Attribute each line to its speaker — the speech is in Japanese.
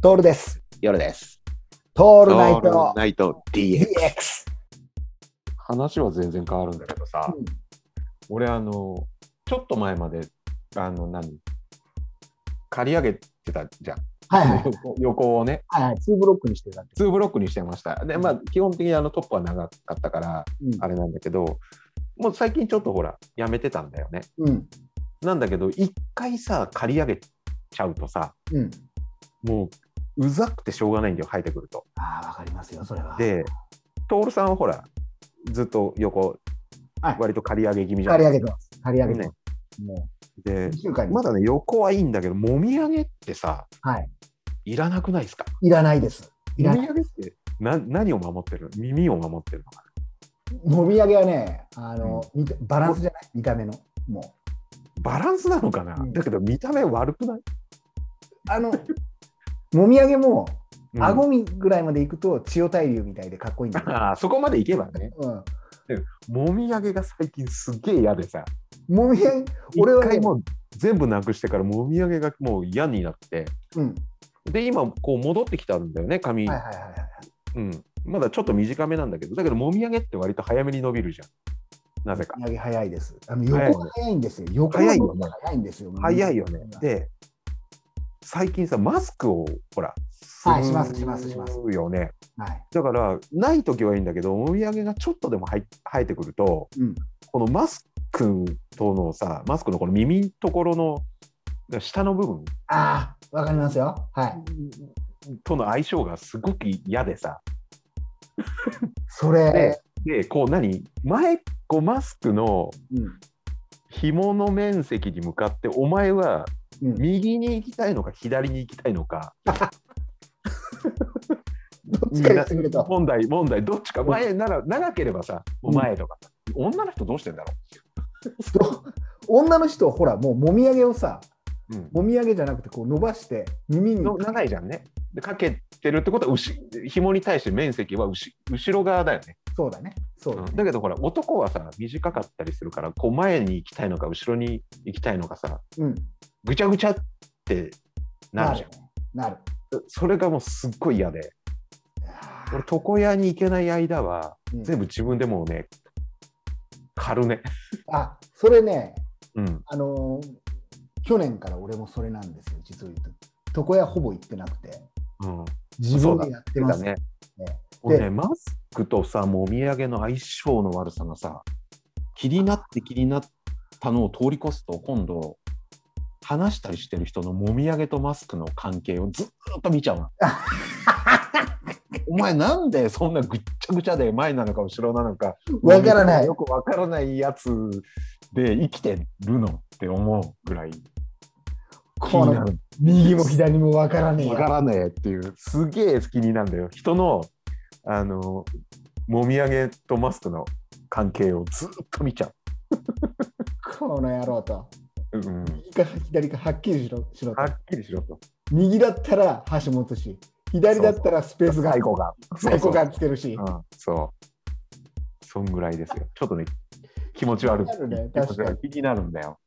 Speaker 1: トールです。
Speaker 2: 夜です。
Speaker 1: ト
Speaker 2: オ
Speaker 1: ールナイト
Speaker 2: ナイト DX。
Speaker 1: DX。
Speaker 3: 話は全然変わるんだけどさ、
Speaker 1: うん
Speaker 3: 俺あのちょっと前まであの何借り上げてたじゃん、
Speaker 1: はいはいはい
Speaker 3: 横をね
Speaker 1: はい。2ブロックにしてたんです。
Speaker 3: 2ブロックにしてましたでまあ基本的にあのトップは長かったから
Speaker 1: うん
Speaker 3: あれなんだけどもう最近ちょっとほらやめてたんだよね
Speaker 1: うん。
Speaker 3: なんだけど一回さ借り上げちゃうとさ
Speaker 1: うん。
Speaker 3: もううざくてしょうがないんだよ生えてくると
Speaker 1: ああ、わかりますよ、それは。
Speaker 3: で徹さんはほらずっと横、
Speaker 1: はい
Speaker 3: 割と借り上げ気味じゃ
Speaker 1: 借
Speaker 3: な
Speaker 1: り上
Speaker 3: い
Speaker 1: げてます。借り上げてます。も
Speaker 3: で
Speaker 1: う、1週間に。
Speaker 3: まだね、横はいいんだけど、もみあげってさ、
Speaker 1: はい。
Speaker 3: いらなくないですか
Speaker 1: いらないです。いらな
Speaker 3: もみ
Speaker 1: い。
Speaker 3: あげってな何を守ってるの耳を守ってるのか
Speaker 1: もみあげはね、あの、見てバランスじゃない見た目の。も
Speaker 3: なバランスなのかな、
Speaker 1: うん。
Speaker 3: だけど見た目悪くないう
Speaker 1: あの、もみあげも、
Speaker 3: うん
Speaker 1: 顎みぐらいまで行くと、千代大龍みたいでかっこいいんだ よ。
Speaker 3: あーそこまでいけばね、
Speaker 1: うん。
Speaker 3: もみあげが最近すげえ嫌でさ、
Speaker 1: もみあげ、俺は
Speaker 3: 一
Speaker 1: ね
Speaker 3: 回もう全部なくしてから、もみあげがもう嫌になって、
Speaker 1: うん。
Speaker 3: で、今、こう戻ってきたんだよね、髪、
Speaker 1: はいはいはいはい。
Speaker 3: うん。まだちょっと短めなんだけど、だけど、もみあげって割と早めに伸びるじゃん。なぜか
Speaker 1: も。みあげ早いです。あの横が早いんですよ。横が
Speaker 3: 早いよね
Speaker 1: 早いんですよ。
Speaker 3: 早いよね。で、最近さ、マスクをほら、
Speaker 1: はい
Speaker 3: す
Speaker 1: し
Speaker 3: る
Speaker 1: ますしますします
Speaker 3: よね。
Speaker 1: はい。
Speaker 3: だから、ない時はいいんだけど、お土産がちょっとでも入っ生えてくると、
Speaker 1: うん
Speaker 3: このマスクとのさ、マスクのこの耳のところの下の部分
Speaker 1: ああ、わかりますよ。はい。
Speaker 3: との相性がすごく嫌でさ、
Speaker 1: それ
Speaker 3: ね、で、こう何、前、こうマスクの
Speaker 1: うん
Speaker 3: 紐の面積に向かって、お前は
Speaker 1: うん
Speaker 3: 右に行きたいのか、左に行きたいのか、
Speaker 1: どっちかにしてくれと。
Speaker 3: 問題問題どっちか前なら長ければさもう前とか、女の人どうしてんだろ
Speaker 1: 女の人、ほら、もうもみあげをさ、
Speaker 3: う、うん
Speaker 1: もみあげじゃなくて、こう伸ばして、耳に。
Speaker 3: の長いじゃんねでかけてるってことは後紐に対して面積は後後ろ側だよね、
Speaker 1: そうだね。そうだ
Speaker 3: うん
Speaker 1: ね。
Speaker 3: だけどほら男はさ短かったりするからこう前に行きたいのか後ろに行きたいのかさ
Speaker 1: うん。
Speaker 3: ぐちゃぐちゃってなるじゃん
Speaker 1: なる。
Speaker 3: それがもうすっごい嫌で俺床屋に行けない間は
Speaker 1: うん
Speaker 3: 全部自分でもうね軽ね、
Speaker 1: あ、それね、
Speaker 3: うん、
Speaker 1: あのー去年から俺もそれなんですよ、実を言うと。床屋ほぼ行ってなくて、
Speaker 3: うん、
Speaker 1: 自分でやってま
Speaker 3: だ
Speaker 1: す。
Speaker 3: ね。
Speaker 1: ね
Speaker 3: 俺
Speaker 1: で
Speaker 3: ね、マスクとさ、もみあげの相性の悪さがさ、気になって気になったのを通り越すと、今度、話したりしてる人のもみあげとマスクの関係をずーっと見ちゃ うのお前なんでそんなぐっちゃぐちゃで前なのか後ろなのか
Speaker 1: わからない
Speaker 3: よ。くわからないやつで生きてるのって思うぐらい気
Speaker 1: こ
Speaker 3: に
Speaker 1: の
Speaker 3: なる
Speaker 1: 右も左もわからねえ
Speaker 3: わ
Speaker 1: や
Speaker 3: からねえっていう、すげえ好きになんだよ。人の、あの、もみあげとマスクの関係をずっと見ちゃ
Speaker 1: この野郎と。
Speaker 3: う。うん、
Speaker 1: 右か左かはっきりしろしろと
Speaker 3: は。っきりしろと。
Speaker 1: 右だったら橋本氏、左だったらスペースが
Speaker 3: 最後が。
Speaker 1: 最高がつけるし
Speaker 3: う。ん、そう。そんぐらいですよ。ちょっとね、気持ち悪い。
Speaker 1: 気になるね
Speaker 3: 気持ち悪い
Speaker 1: 確か
Speaker 3: 気になるんだよ。